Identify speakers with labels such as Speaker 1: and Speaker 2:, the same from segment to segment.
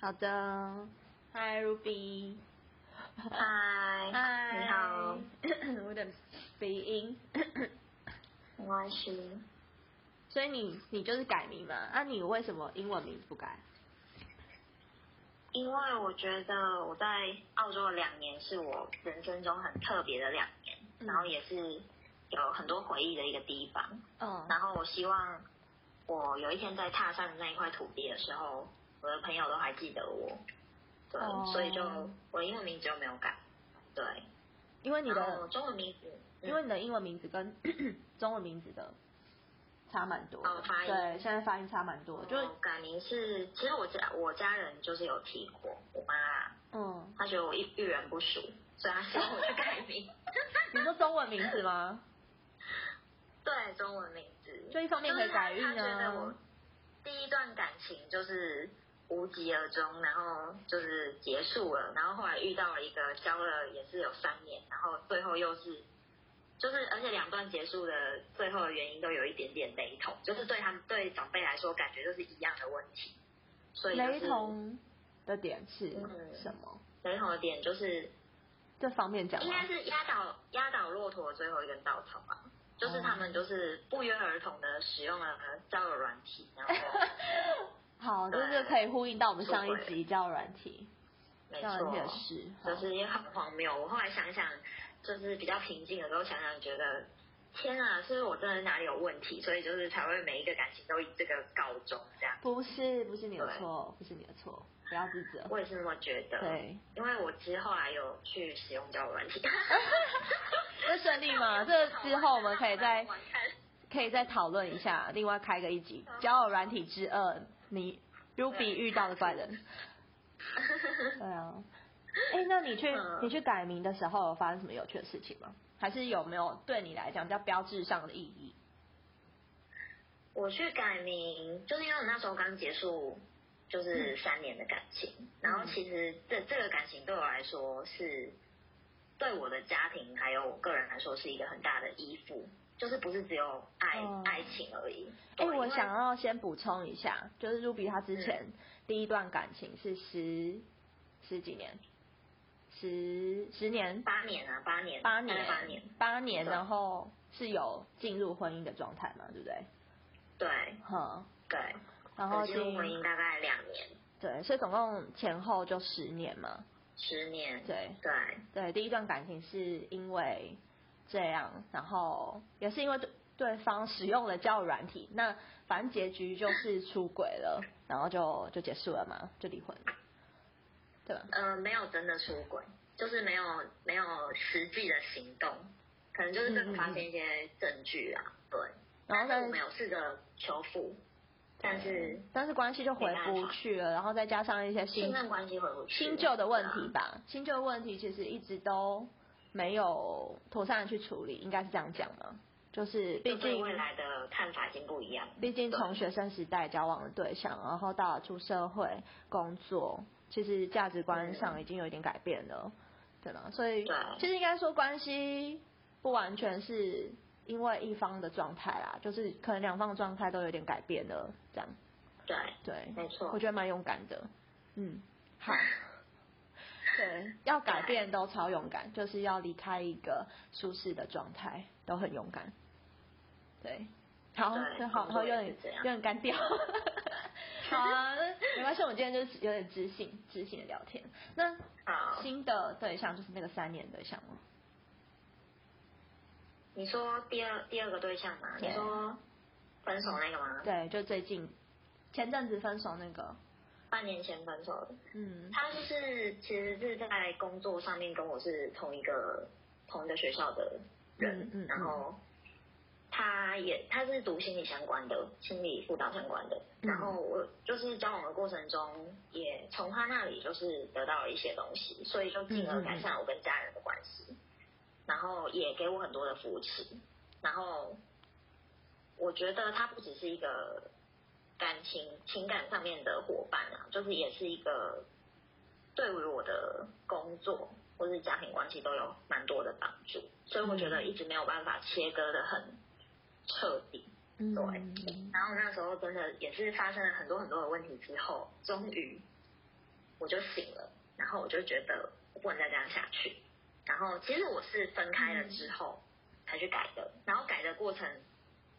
Speaker 1: 好的，
Speaker 2: 嗨，Ruby。
Speaker 3: 嗨，
Speaker 2: 嗨，
Speaker 3: 你好，
Speaker 2: 我有点鼻音。
Speaker 3: 没关系。
Speaker 2: 所以你你就是改名嘛？那、你为什么英文名不改？
Speaker 3: 因为我觉得我在澳洲的两年是我人生中很特别的两年，
Speaker 2: 嗯
Speaker 3: 然后也是有很多回忆的一个地方。
Speaker 2: 嗯
Speaker 3: 然后我希望我有一天在踏上那一块土地的时候，我的朋友都还记得我。对，
Speaker 2: 哦
Speaker 3: 所以就我英文名字就没有改。对，
Speaker 2: 因为你
Speaker 3: 然后
Speaker 2: 的
Speaker 3: 中文名字，嗯
Speaker 2: 因为你的英文名字跟 中文名字的差蛮多的，
Speaker 3: 哦发音
Speaker 2: 对，现在发音哦差蛮多的，就是
Speaker 3: 我改名是，其实我家我家人就是有提过，我妈啊
Speaker 2: 嗯，
Speaker 3: 她觉得我一遇人不淑，所以她希望我去改名。
Speaker 2: 你说中文名字 吗？
Speaker 3: 对，中文名字。
Speaker 2: 就一方面可以改运啊
Speaker 3: 就是她觉得我第一段感情就是无疾而终，然后就是结束了，然后后来遇到了一个交了也是有三年，然后最后又是。就是，而且两段结束的最后的原因都有一点点雷同，就是对他们对长辈来说，感觉就是一样的问题，所以、就是、
Speaker 2: 雷同的点是
Speaker 3: 嗯
Speaker 2: 什么？
Speaker 3: 雷同的点就是
Speaker 2: 这方面讲
Speaker 3: 应
Speaker 2: 吗？
Speaker 3: 该是压倒压倒骆驼的最后一根稻草吧，就是他们就是不约而同的使用了交友软体，然后
Speaker 2: 好，就
Speaker 3: 对
Speaker 2: 是可以呼应到我们上一
Speaker 3: 出轨
Speaker 2: 集交友软体，
Speaker 3: 没
Speaker 2: 交友软体的事，好
Speaker 3: 错，就是也很荒谬。我后来想想，就是比较平静的时候想想，觉得天啊，是不是我真的哪里有问题？所以就是才会每一个感情都以这个告终这样。
Speaker 2: 不是不是你的
Speaker 3: 对
Speaker 2: 错，不是你的错，不要自责。
Speaker 3: 我也是这么觉得，
Speaker 2: 对，
Speaker 3: 因为我之后来有去使用交友软 体，
Speaker 2: 这顺利吗？这之后我们可以再
Speaker 3: 玩看
Speaker 2: 可以再讨论一下，另外开个一集《交友软体之二》，你 Ruby
Speaker 3: 对
Speaker 2: 遇到的怪 人。对啊，哎，那你去
Speaker 3: 嗯
Speaker 2: 你去改名的时候，有发生什么有趣的事情吗？还是有没有对你来讲比较标志上的意义？
Speaker 3: 我去改名，就是因为我那时候刚结束
Speaker 2: 嗯
Speaker 3: 就是三年的感情，然后其实这这个感情对我来说是对我的家庭还有我个人来说是一个很大的依附，就是不是只有爱、
Speaker 2: 哦
Speaker 3: 爱情而已。
Speaker 2: 哎、
Speaker 3: 对因
Speaker 2: 我
Speaker 3: 为
Speaker 2: 想要先补充一下，就是 Ruby 她之前第一段感情是十十几年，十十年
Speaker 3: 八年啊，八年，
Speaker 2: 八
Speaker 3: 大
Speaker 2: 年
Speaker 3: 概八年，
Speaker 2: 八年，
Speaker 3: 对
Speaker 2: 然后是有进入婚姻的状态嘛，对不对？
Speaker 3: 对
Speaker 2: 哼，
Speaker 3: 嗯对，
Speaker 2: 然后
Speaker 3: 我进入
Speaker 2: 进
Speaker 3: 婚姻大概两年，
Speaker 2: 对，所以总共前后就十年嘛。
Speaker 3: 十年，
Speaker 2: 对
Speaker 3: 对
Speaker 2: 对，第一段感情是因为这样，然后也是因为对对方使用了交友软体，那反正结局就是出轨了，然后就就结束了嘛，就离婚了，对吧？
Speaker 3: 呃，没有真的出轨，就是没有没有实际的行动，可能就是
Speaker 2: 嗯嗯
Speaker 3: 更
Speaker 2: 嗯
Speaker 3: 发现一些证据啊，对。
Speaker 2: 然后但
Speaker 3: 但是我
Speaker 2: 是
Speaker 3: 们有试着求复，但是
Speaker 2: 但是关系就回不去了，然后再加上一些
Speaker 3: 信
Speaker 2: 新
Speaker 3: 任关系回不去。
Speaker 2: 新旧的问题吧，新旧的问题其实一直都没有妥善的去处理，应该是这样讲嘛，就是
Speaker 3: 对
Speaker 2: 毕
Speaker 3: 啊，就对
Speaker 2: 竟
Speaker 3: 未来的看法已经不一样。
Speaker 2: 毕竟从学生时代交往的对象，然后到了出社会工作，其实价值观上已经有一点改变了，对吗？所以
Speaker 3: 嗯对
Speaker 2: 其实应该说关系不完全是因为一方的状态啦，就是可能两方的状态都有点改变了，这样
Speaker 3: 对，
Speaker 2: 对，
Speaker 3: 没错
Speaker 2: 我觉得蛮勇敢的，嗯，好。对，要改变都超勇敢，就是要离开一个舒适的状态，都很勇敢。对，好，
Speaker 3: 对
Speaker 2: 对好，然
Speaker 3: 工
Speaker 2: 后
Speaker 3: 作
Speaker 2: 有
Speaker 3: 也
Speaker 2: 点
Speaker 3: 是这样
Speaker 2: 有点 干掉。好啊，那没关系，我们今天就是有点知性知性的聊天。那
Speaker 3: 好，
Speaker 2: 新的对象就是那个三年对象吗？
Speaker 3: 你说第二第二个对象嘛？
Speaker 2: 对
Speaker 3: 你说分手那个吗？
Speaker 2: 对，就最近前阵子分手那个，
Speaker 3: 半年前分手的，
Speaker 2: 嗯，
Speaker 3: 他就是其实是在工作上面跟我是同一个同一个学校的
Speaker 2: 嗯
Speaker 3: 人，
Speaker 2: 嗯嗯
Speaker 3: 然后他也他是读心理相关的，心理辅导相关的，
Speaker 2: 嗯
Speaker 3: 然后我就是交往的过程中，也从他那里就是得到了一些东西，所以就进而改善我跟家人的关系，然后也给我很多的扶持，然后我觉得他不只是一个感情情感上面的伙伴啊，就是也是一个对于我的工作或是家庭关系都有蛮多的帮助，所以我觉得一直没有办法切割的很彻底。
Speaker 2: 嗯
Speaker 3: 对，然后那时候真的也是发生了很多很多的问题之后，终于我就醒了，然后我就觉得我不能再这样下去。然后其实我是分开了
Speaker 2: 嗯
Speaker 3: 之后才去改的，然后改的过程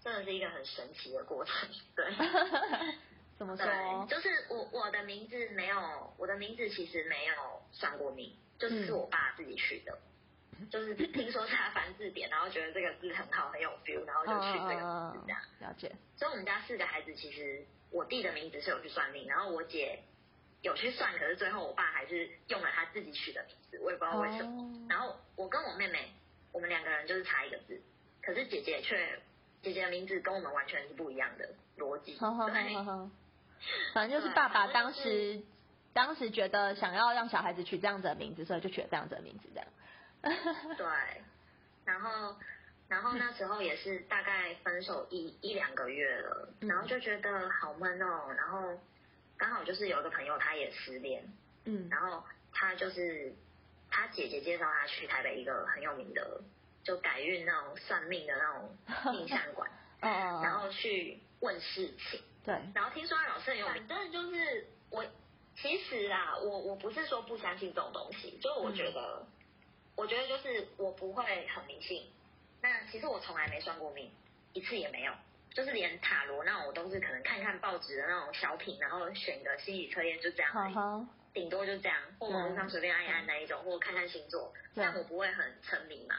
Speaker 3: 真的是一个很神奇的 过程，对。
Speaker 2: 嗯怎么
Speaker 3: 对，
Speaker 2: 说？
Speaker 3: 就是我我的名字没有，我的名字其实没有算过命，就是
Speaker 2: 嗯
Speaker 3: 是我爸自己取的，就是听说他翻字典，然后觉得这个字很好，很有 feel，然后
Speaker 2: 啊
Speaker 3: 就取这个字这样。
Speaker 2: 了解，
Speaker 3: 所以我们家四个孩子，其实我弟的名字是有去算命，然后我姐有去算，可是最后我爸还是用了他自己取的名字，我也不知道为什
Speaker 2: 哦
Speaker 3: 么。然后我跟我妹妹，我们两个人就是差一个字，可是姐姐却姐姐的名字跟我们完全是不一样的逻辑，
Speaker 2: 好好
Speaker 3: 对
Speaker 2: 好好好，反正就是爸爸
Speaker 3: 对
Speaker 2: 当
Speaker 3: 反正就是
Speaker 2: 时当时觉得想要让小孩子取这样子的名字，所以就取了这样子的名字，这样。
Speaker 3: 对，然后然后那时候也是大概分手一一两个月了，
Speaker 2: 嗯
Speaker 3: 然后就觉得好闷哦。然后刚好就是有一个朋友他也失恋，
Speaker 2: 嗯
Speaker 3: 然后他就是他姐姐介绍他去台北一个很有名的就改运那种算命的那种命相馆，
Speaker 2: 哦哦，
Speaker 3: 然
Speaker 2: 哦
Speaker 3: 后去问事情。
Speaker 2: 对，
Speaker 3: 然后听说他老师很有名，但是就是我其实啊，我我不是说不相信这种东西，就我觉得，我觉得就是我不会很迷信。那其实我从来没算过命，一次也没有，就是连塔罗那种我都是可能看看报纸的那种小品，然后选个心理测验就这样而
Speaker 2: 好
Speaker 3: 已，
Speaker 2: 好，
Speaker 3: 顶多就这样，
Speaker 2: 嗯
Speaker 3: 或网络上随便按一按那一种，或看看星座，
Speaker 2: 对
Speaker 3: 但我不会很沉迷嘛。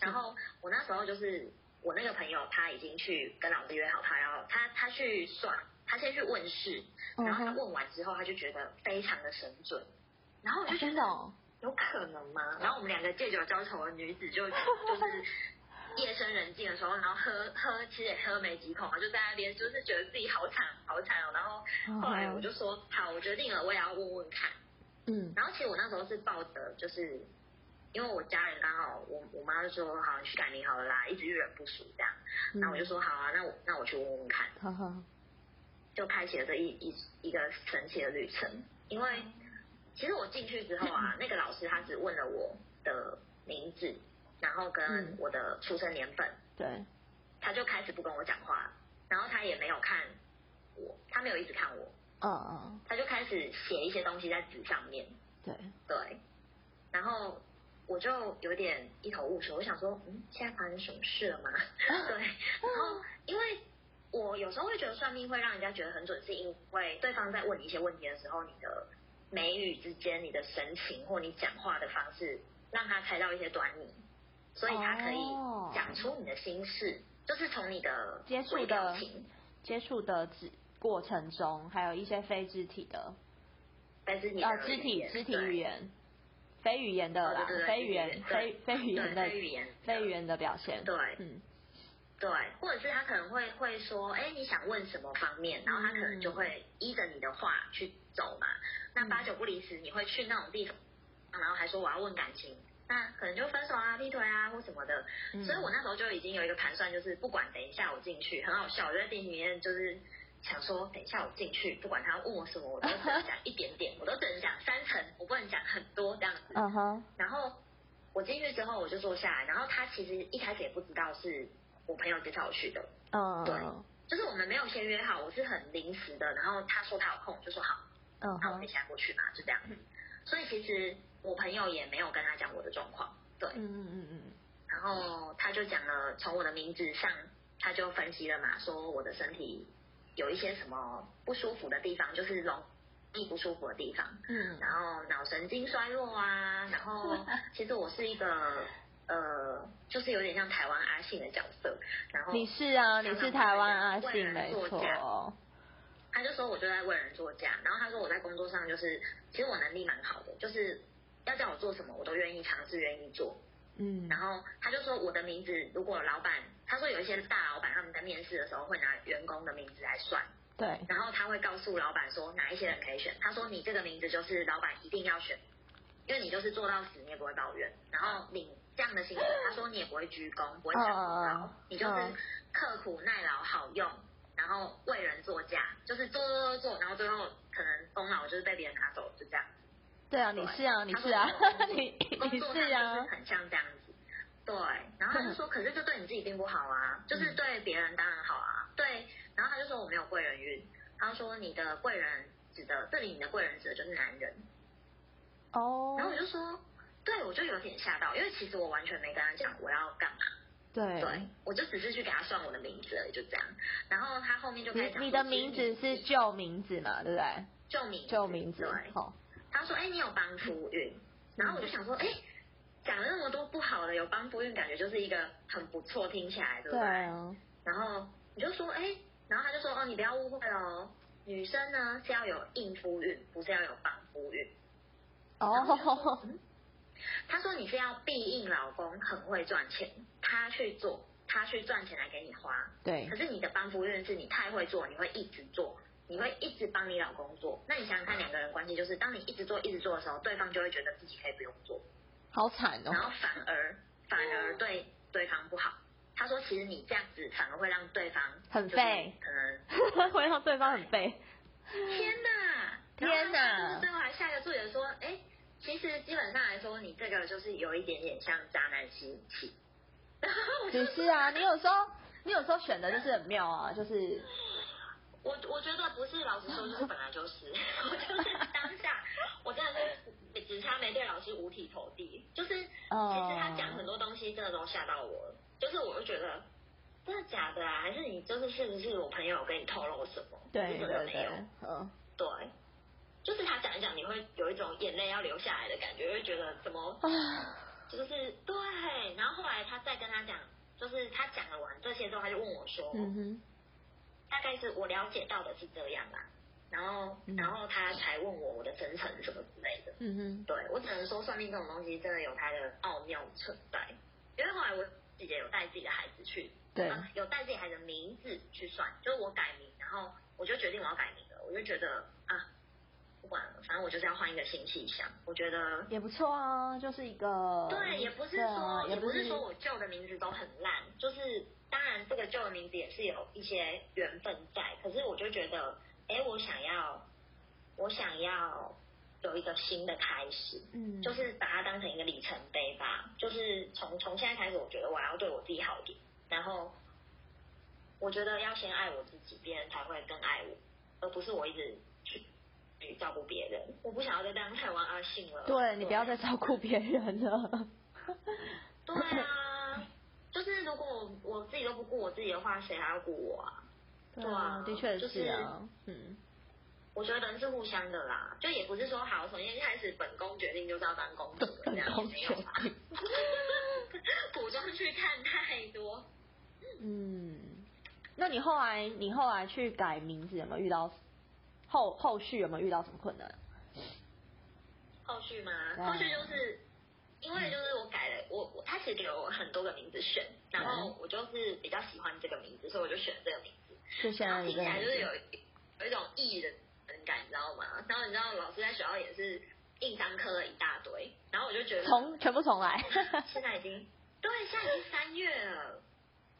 Speaker 3: 然后我那时候就是我那个朋友，他已经去跟老师约好，他要他他去算，他先去问事，然
Speaker 2: 嗯
Speaker 3: 后他
Speaker 2: 哼，
Speaker 3: 问完之后，他就觉得非常的神准，然后我就觉
Speaker 2: 真
Speaker 3: 得
Speaker 2: 的哦，
Speaker 3: 有可能吗？然后我们两个借酒浇愁的女子 就就是夜深人静的时候，然后喝喝，其实也喝没几口嘛，就在那边就是觉得自己好惨好惨哦。然后后来我就说好，我决定了，我也要问问看。
Speaker 2: 嗯
Speaker 3: 然后其实我那时候是抱着就是，因为我家人刚好我我妈就说好你去改名好了啦，一直遇人不淑这样，
Speaker 2: 嗯
Speaker 3: 然后我就说好啊，那我那我去问问看，
Speaker 2: 好好，
Speaker 3: 就开启了这一一一个神奇的旅程。因为其实我进去之后 啊，那个老师他只问了我的名字，然后
Speaker 2: 嗯
Speaker 3: 跟我的出生年份，
Speaker 2: 对，
Speaker 3: 他就开始不跟我讲话，然后他也没有看我，他没有一直看我，
Speaker 2: 嗯嗯，
Speaker 3: 他就开始写一些东西在纸上面。
Speaker 2: 对，
Speaker 3: 对，然后我就有点一头雾水，我想说，嗯，现在发生什么事了吗？
Speaker 2: 嗯
Speaker 3: 对，然后因为我有时候会觉得算命会让人家觉得很准，是因为对方在问你一些问题的时候，你的眉宇之间、你的神情或你讲话的方式，让他猜到一些端倪，所以他可以
Speaker 2: 哦
Speaker 3: 讲出你的心事，就是从你的
Speaker 2: 接触的
Speaker 3: 微表情。
Speaker 2: 接触的只过程中，还有一些非肢体的，
Speaker 3: 但是你的
Speaker 2: 呃，肢
Speaker 3: 语
Speaker 2: 体
Speaker 3: 言
Speaker 2: 肢体
Speaker 3: 对
Speaker 2: 语言，非语言的
Speaker 3: 哦
Speaker 2: 啦
Speaker 3: 对对，对
Speaker 2: 非语
Speaker 3: 肢体语
Speaker 2: 言
Speaker 3: 言
Speaker 2: 非
Speaker 3: 对
Speaker 2: 非语言
Speaker 3: 对
Speaker 2: 的
Speaker 3: 非语言
Speaker 2: 非语言的表现，
Speaker 3: 对，
Speaker 2: 嗯，
Speaker 3: 对，或者是他可能会会说，哎，你想问什么方面，然后他可能就会依着你的话去走嘛。那八九不离十，你会去那种地方，然后还说我要问感情，那可能就分手啊、劈腿啊或什么的。
Speaker 2: 嗯
Speaker 3: 所以我那时候就已经有一个盘算，就是不管等一下我进去，很好笑，我就在电梯里面就是。想说，等一下我进去，不管他问我什么，我都只能讲一点点，我都只能讲三成，我不能讲很多这样子。
Speaker 2: 嗯哼，
Speaker 3: 然后我进去之后，我就坐下来，然后他其实一开始也不知道是我朋友介绍我去的，
Speaker 2: 嗯
Speaker 3: 对
Speaker 2: 嗯
Speaker 3: 就是我们没有先约好，我是很临时的，然后他说他有空，我就说好，
Speaker 2: 嗯
Speaker 3: 那我们
Speaker 2: 哼，嗯
Speaker 3: 现在过去嘛，就这样。所以其实我朋友也没有跟他讲我的状况，对，
Speaker 2: 嗯嗯嗯
Speaker 3: 然后他就讲了，从我的名字上，他就分析了嘛，说我的身体有一些什么不舒服的地方，就是容易不舒服的地方，
Speaker 2: 嗯
Speaker 3: 然后脑神经衰弱啊，然后其实我是一个呃，就是有点像台湾阿信的角色，然后
Speaker 2: 嗯，你是啊，你是台湾阿
Speaker 3: 为
Speaker 2: 信，
Speaker 3: 人
Speaker 2: 没
Speaker 3: 作
Speaker 2: 错，
Speaker 3: 嫁他就说我就在为人作嫁，然后他说我在工作上就是其实我能力蛮好的，就是要叫我做什么我都愿意尝试，愿意做，
Speaker 2: 嗯
Speaker 3: 然后他就说我的名字，如果老板他说有一些大老板他们在面试的时候会拿员工的名字来算，
Speaker 2: 对，
Speaker 3: 然后他会告诉老板说哪一些人可以选。他说你这个名字就是老板一定要选，因为你就是做到死你也不会抱怨，然后领这样的薪水，他说你也不会鞠躬，不会想功
Speaker 2: 嗯
Speaker 3: 劳，你就是
Speaker 2: 嗯
Speaker 3: 刻苦耐劳好用，然后为人作嫁，就是做做做做，然后最后可能功劳就是被别人拿走，就这样。
Speaker 2: 对啊，你是啊，你是啊， 你
Speaker 3: 工
Speaker 2: 你
Speaker 3: 作
Speaker 2: 是
Speaker 3: 上
Speaker 2: 啊
Speaker 3: 就是，很像这样子。对，然后他就 说，可是这对你自己并不好啊，就是
Speaker 2: 嗯
Speaker 3: 对别人当然好啊。对，然后他就说我没有贵人运，他说你的贵人指的这里你的贵人指的就是男人，
Speaker 2: 哦
Speaker 3: 然，后我就说，对我就有点吓到，因为其实我完全没跟他讲我要干嘛，
Speaker 2: 对，
Speaker 3: 对我就只是去给他算我的名字而已，就这样。然后他后面就开始讲说
Speaker 2: 你你的名字
Speaker 3: 其实
Speaker 2: 是旧名字嘛，对不对？
Speaker 3: 旧名
Speaker 2: 旧名字
Speaker 3: 对。，
Speaker 2: 好，
Speaker 3: 他说：“哎、你有帮夫运。”然后我就想说：“哎、讲了那么多不好的，有帮夫运，感觉就是一个很不错，听起来对
Speaker 2: 对
Speaker 3: 不对？”
Speaker 2: 啊，
Speaker 3: 然后你就说：“哎、然后他就说：‘哦，你不要误会哦，女生呢是要有应夫运，不是要有帮夫运。
Speaker 2: 哦，’
Speaker 3: 嗯他说你是要必应老公很会赚钱，他去做，他去赚钱来给你花。
Speaker 2: 对
Speaker 3: 可，是你的帮夫运是你太会做，你会一直做。”你会一直帮你老公做，那你想想看，两个人关系就是，当你一直做一直做的时候，对方就会觉得自己可以不用做，
Speaker 2: 好惨哦
Speaker 3: 然，后反而反而对对方不好。他说，其实你这样子反而会让对方
Speaker 2: 很
Speaker 3: 就是
Speaker 2: 废
Speaker 3: 嗯，
Speaker 2: 会让对方很 背。
Speaker 3: 天哪，
Speaker 2: 天哪
Speaker 3: 然后他最后还下个注解说，哎、其实基本上来说，你这个就是有一点点像渣男心气。然后我就
Speaker 2: 只是啊，你有时候你有时候选的就是很妙啊，就是
Speaker 3: 我我觉得不是，老实说，就是本来就是， 我就是当下，我真的是只差没对老师五体投地，就是。其
Speaker 2: 哦
Speaker 3: 实他讲很多东西真的都吓到我了，就是我就觉得真的假的啊，还是你就是是不是我朋友跟你透露什么？
Speaker 2: 对对
Speaker 3: 是真的没
Speaker 2: 对
Speaker 3: 有，，
Speaker 2: 嗯，
Speaker 3: 对，就是他讲一讲，你会有一种眼泪要流下来的感觉，会觉得怎么
Speaker 2: 啊，
Speaker 3: 就是对，然后后来他再跟他讲，就是他讲了完这些之后，他就问我说，
Speaker 2: 嗯哼，
Speaker 3: 大概是我了解到的是这样啊，然后
Speaker 2: 嗯
Speaker 3: 然后他才问我我的生辰什么之类的。
Speaker 2: 嗯哼，
Speaker 3: 对我只能说算命这种东西真的有它的奥妙存在，因为后来我姐姐有带自己的孩子去，
Speaker 2: 对，
Speaker 3: 啊有带自己孩子的名字去算，就是我改名，然后我就决定我要改名了，我就觉得啊，不管了，反正我就是要换一个新气象，我觉得。
Speaker 2: 也不错啊，就是一个
Speaker 3: 对，也不是
Speaker 2: 对
Speaker 3: 说、
Speaker 2: 啊
Speaker 3: 也
Speaker 2: 也
Speaker 3: 不
Speaker 2: 不
Speaker 3: 是说我旧的名字都很烂，就是当然这个旧的名字也是有一些缘分在，可是我就觉得，哎，我想要，我想要有一个新的开始，
Speaker 2: 嗯，
Speaker 3: 就是把它当成一个里程碑吧。就是从从现在开始，我觉得我要对我自己好一点，然后我觉得要先爱我自己，别人才会更爱我，而不是我一直去去照顾别人。我不想要再当台湾阿信了。
Speaker 2: 对你不要再照顾别人 了，
Speaker 3: 对啊，就是如果我自己都不顾我自己的话，谁还要顾我啊？
Speaker 2: 对
Speaker 3: 啊
Speaker 2: 的确
Speaker 3: 就是
Speaker 2: 是啊，嗯，
Speaker 3: 我觉得人是互相的啦，就也不是说好从今天开始本宫决定就是要当公主了这
Speaker 2: 很
Speaker 3: 样
Speaker 2: 空
Speaker 3: 没有
Speaker 2: 缺
Speaker 3: 吧？，古装剧看太多。
Speaker 2: 嗯，那你后来你后来去改名字有没有遇到后后续有没有遇到什么困难？
Speaker 3: 后续吗？
Speaker 2: 哇
Speaker 3: 后续就是因为就是我改了，我我他其实给我很多个名字选，然后我就是比较喜欢这个名字，所以我就选这个名字。
Speaker 2: 就现
Speaker 3: 然
Speaker 2: 在
Speaker 3: 后
Speaker 2: 的这
Speaker 3: 听起
Speaker 2: 个
Speaker 3: 来
Speaker 2: 名
Speaker 3: 就是
Speaker 2: 字
Speaker 3: 有一有一种艺人感，你知道吗？然后你知道老师在学校也是硬伤科了一大堆，然后我就觉得
Speaker 2: 重全部重 来，
Speaker 3: 现在已经对，现在已经三月了，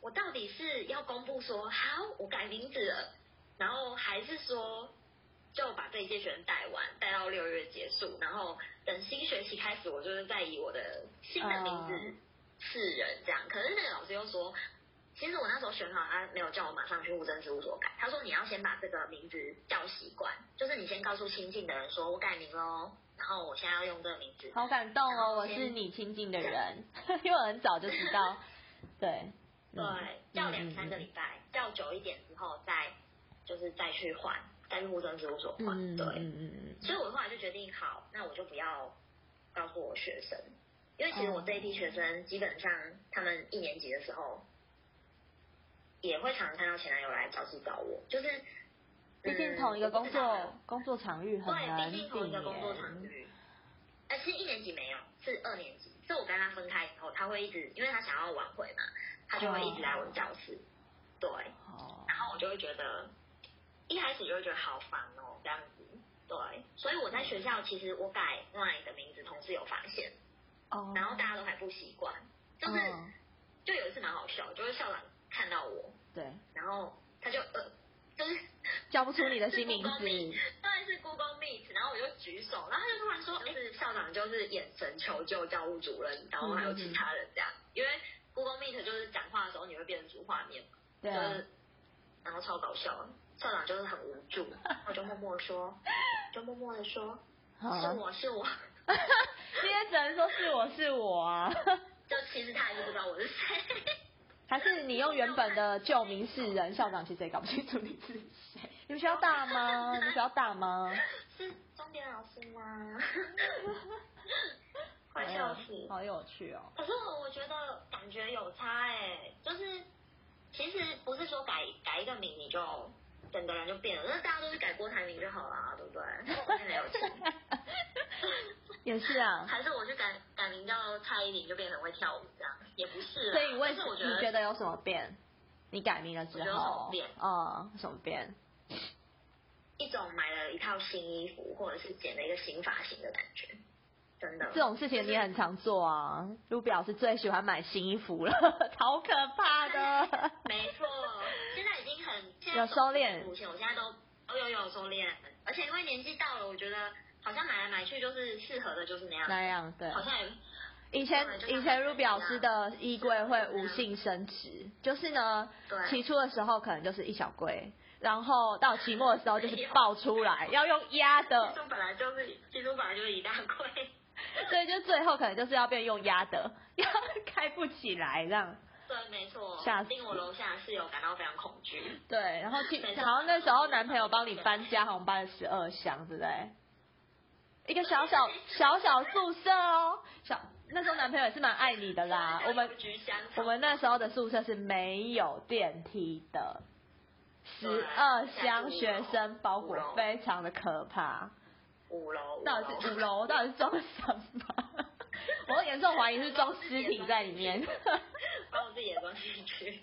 Speaker 3: 我到底是要公布说好我改名字了，然后还是说就把这一届学生带完，带到六月结束，然后等新学期开始，我就是再以我的新的名字示人这样。可是那个老师又说。其实我那时候选好，他没有叫我马上去户政事务所改，他说你要先把这个名字叫习惯，就是你先告诉亲近的人说我改名喽，然后我现在要用这个名字，
Speaker 2: 好感动哦！我是你亲近的人， 因为我很早就知道，对，
Speaker 3: 对
Speaker 2: 嗯，
Speaker 3: 叫两三个礼拜，叫久一点之后再就是再去换，再去户政事务所换。
Speaker 2: 嗯嗯
Speaker 3: 对，
Speaker 2: 嗯嗯嗯，
Speaker 3: 所以我后来就决定，好，那我就不要告诉我学生，因为其
Speaker 2: 哦
Speaker 3: 实我这一批学生基本上他们一年级的时候也会常常看到前男友来找事找我，就是嗯
Speaker 2: 毕竟同一个工作工作场域很
Speaker 3: 对，
Speaker 2: 难
Speaker 3: 毕
Speaker 2: 避
Speaker 3: 竟同一个工作场
Speaker 2: 免，
Speaker 3: 域。呃，其实一年级没有，是二年级。是我跟他分开以后，他会一直，因为他想要挽回嘛，他就会一直来我的教
Speaker 2: 哦
Speaker 3: 室。对，
Speaker 2: 好，
Speaker 3: 然后我就会觉得，一开始就会觉得好烦哦，这样子。对，所以我在学校其实我改 LINE 的名字，同事有发现，
Speaker 2: 哦，
Speaker 3: 然后大家都还不习惯，就是、
Speaker 2: 嗯
Speaker 3: 就有一次蛮好笑，就是校长看到我，
Speaker 2: 对，
Speaker 3: 然后他就呃，就是
Speaker 2: 叫不出你的新名
Speaker 3: 是 Google
Speaker 2: 字，
Speaker 3: Meet，当然是 Google Meet，然后我就举手，然后他就突然说，就是校长就是眼神求救教务主任，然后还有其他人这样，
Speaker 2: 嗯
Speaker 3: 因为 Google Meet 就是讲话的时候你会变成主画面嘛
Speaker 2: 对
Speaker 3: 就
Speaker 2: 啊
Speaker 3: 是，然后超搞笑的，校 长就是很无助，我就默默地说，就默默的说，是
Speaker 2: 好，啊
Speaker 3: 我是我，
Speaker 2: 你也只能说是我是我啊，
Speaker 3: 就其实他也不知道我是谁。
Speaker 2: 还是你用原本的旧名示人，校长其实也搞不清楚你是谁。你们学校大吗？你们学校大吗？
Speaker 3: 是钟点老师 吗？快笑
Speaker 2: 有
Speaker 3: 死！
Speaker 2: 哎好有趣哦。
Speaker 3: 可是我我觉得感觉有差哎、就是其实不是说改改一个名你就整个人就变了，那大家都是改郭台铭就好啦，对不对？我真的有钱，
Speaker 2: 也是啊，
Speaker 3: 还是我去改改名叫蔡依林就变成会跳舞这样，也不是啦。
Speaker 2: 所以你为
Speaker 3: 但是我觉
Speaker 2: 你觉
Speaker 3: 得
Speaker 2: 得有什么变？你改名了之
Speaker 3: 我觉得有什
Speaker 2: 后
Speaker 3: 么变，
Speaker 2: 嗯，有什么变？
Speaker 3: 一种买了一套新衣服或者是剪了一个新发型的感觉，真的。
Speaker 2: 这种事情你也很常做啊。卢比老师最喜欢买新衣服了，好可怕的。
Speaker 3: 没错，现在已经很现在
Speaker 2: 有收敛
Speaker 3: 路线，我现在都哦有有收敛，而且因为年纪到了，我觉得好像买来买去就是适合的就是那样，
Speaker 2: 那样对。
Speaker 3: 好像也
Speaker 2: 以前
Speaker 3: 对就像
Speaker 2: 以前
Speaker 3: 他
Speaker 2: Ruby 老师
Speaker 3: 这
Speaker 2: 的衣柜会无性升值，就是呢，
Speaker 3: 对
Speaker 2: 起初的时候可能就是一小柜，然后到期末的时候就是爆出来，要用压的
Speaker 3: 其，实本来就是其实本来就是一大柜，
Speaker 2: 所以就最后可能就是要变用压的， 要开不起来这样。
Speaker 3: 对，没错，
Speaker 2: 吓死
Speaker 3: 令我楼下室友感到非常恐惧，
Speaker 2: 对，然后去，
Speaker 3: 没错
Speaker 2: 好像那时候男朋友帮你搬家，好像搬了十二箱，对不对？一个小小小小宿舍哦，小那时候男朋友也是蛮爱你的啦。我们
Speaker 3: 居香
Speaker 2: 我们那时候的宿舍是没有电梯的，十二箱学生包裹非常的可怕。
Speaker 3: 五楼，
Speaker 2: 到底是五楼到底是装什么？ 我严重怀疑是装尸体在里面，
Speaker 3: 把我自己的东西去，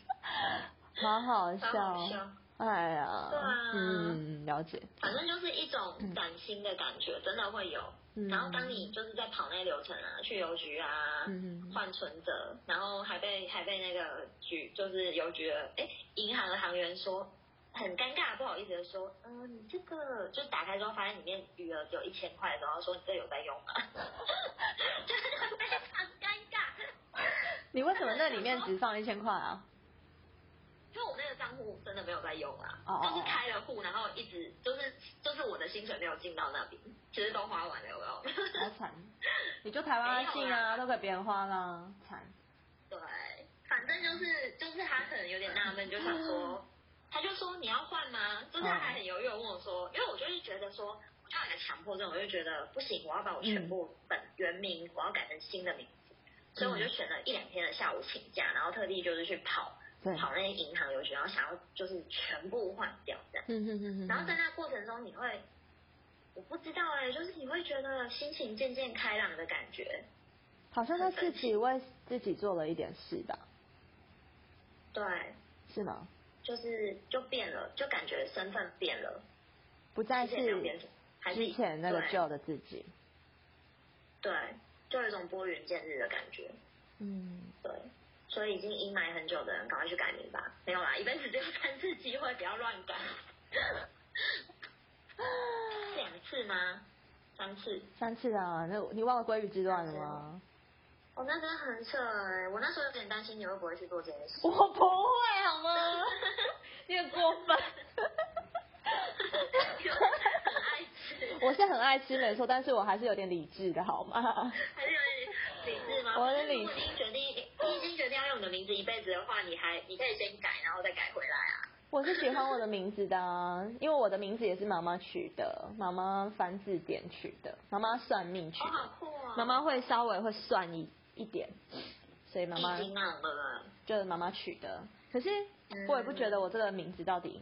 Speaker 2: 好好
Speaker 3: 超好
Speaker 2: 笑。
Speaker 3: 笑。
Speaker 2: 哎呀
Speaker 3: 对啊，
Speaker 2: 嗯，了解。
Speaker 3: 反正就是一种崭新的感觉，真的会有。
Speaker 2: 嗯
Speaker 3: 然后当你就是在跑那流程啊，去邮局啊
Speaker 2: 嗯，
Speaker 3: 换存折，然后还被还被那个局就是邮局的哎银行的行员说。很尴尬，不好意思的说，嗯、你这个就打开之后发现里面余额只有一千块，然后说你这有在用吗？就是非常尴尬，
Speaker 2: 你为什么那里面只放一千块啊？
Speaker 3: 因为我那个账户真的没有在用啊，
Speaker 2: 哦
Speaker 3: 但是开了户，然后一直就是就是我的薪水没有进到那边，其实都花完了，有没有？
Speaker 2: 好惨！你就台湾信啊，都给别人花啦，惨。
Speaker 3: 对，反正就是就是他可能有点纳闷，就想说，他就说你要换吗？就是他还很犹豫地问我说，因为我就是觉得说，我就有点强迫症，我就觉得不行，我要把我全部本原名我要改成新的名字，所以我就选了一两天的下午请假，然后特地就是去跑
Speaker 2: 对，
Speaker 3: 跑那些银行邮局，然后想要就是全部换掉这样。
Speaker 2: 嗯哼哼
Speaker 3: 然后
Speaker 2: 哼
Speaker 3: 在
Speaker 2: 哼。
Speaker 3: 那过程中，你会，我不知道哎、就是你会觉得心情渐渐开朗的感觉，
Speaker 2: 好像他自己为自己做了一点事吧？
Speaker 3: 对，
Speaker 2: 是吗？
Speaker 3: 就是就变了，就感觉身份变了，
Speaker 2: 不再
Speaker 3: 之前没有变
Speaker 2: 是
Speaker 3: 成，还是
Speaker 2: 之前那个
Speaker 3: 对
Speaker 2: 旧的自己。
Speaker 3: 对，就有一种拨云见日的感觉，
Speaker 2: 嗯，
Speaker 3: 对。所以已经阴霾很久的人，赶快去改名吧。没有啦，一辈子只有三次机会，不要乱改。两次吗？三次。
Speaker 2: 三次啊，那你忘了鲑鱼之乱了吗？
Speaker 3: 我、哦那真的很扯哎、我那时候有点担心你会不会去做这件事。
Speaker 2: 我不会好 吗？你很过分。
Speaker 3: 很爱 吃，
Speaker 2: 我是很爱吃没错，但是我还是有点理智的好吗？
Speaker 3: 还是有点理智吗？
Speaker 2: 我
Speaker 3: 的
Speaker 2: 很理
Speaker 3: 如果你已经决定，你已经决定要用你的名字一辈子的话，你还你可以先改，然后再改回来啊。
Speaker 2: 我是喜欢我的名字的、啊，因为我的名字也是妈妈取的，妈妈翻字典取的，妈妈算命取
Speaker 3: 哦，好
Speaker 2: 的，
Speaker 3: 酷哦！
Speaker 2: 妈妈会稍微会算一一点，所以妈妈
Speaker 3: 已经那种了，
Speaker 2: 就是妈妈取的。可是我也不觉得我这个名字到底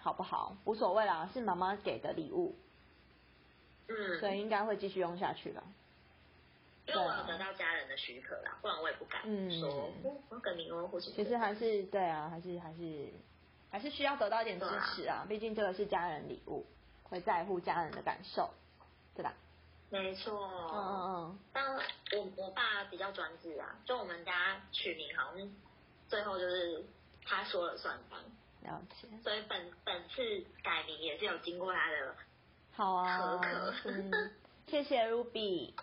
Speaker 2: 好不好，无所谓啦，是妈妈给的礼物，
Speaker 3: 嗯，
Speaker 2: 所以应该会继续用下去吧。
Speaker 3: 因为我有得到家人的许可啦，不然我也不敢
Speaker 2: 嗯
Speaker 3: 说，嗯我跟名翁或许
Speaker 2: 其实还是对啊，还是还是还是需要得到一点支持啊，毕竟这个是家人礼物，会在乎家人的感受，对吧？
Speaker 3: 没错，
Speaker 2: 嗯嗯嗯。
Speaker 3: 但我我爸比较专制啊，就我们家取名好像最后就是他说了算吧，
Speaker 2: 了解，
Speaker 3: 所以本本次改名也是有经过他的，
Speaker 2: 好啊
Speaker 3: 可可，
Speaker 2: 嗯，谢谢 Ruby，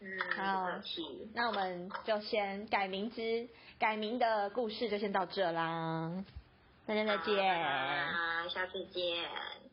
Speaker 3: 嗯，
Speaker 2: 好
Speaker 3: 不客气。
Speaker 2: 那我们就先改名之改名的故事就先到这啦，大家再见。
Speaker 3: 好拜拜下次见。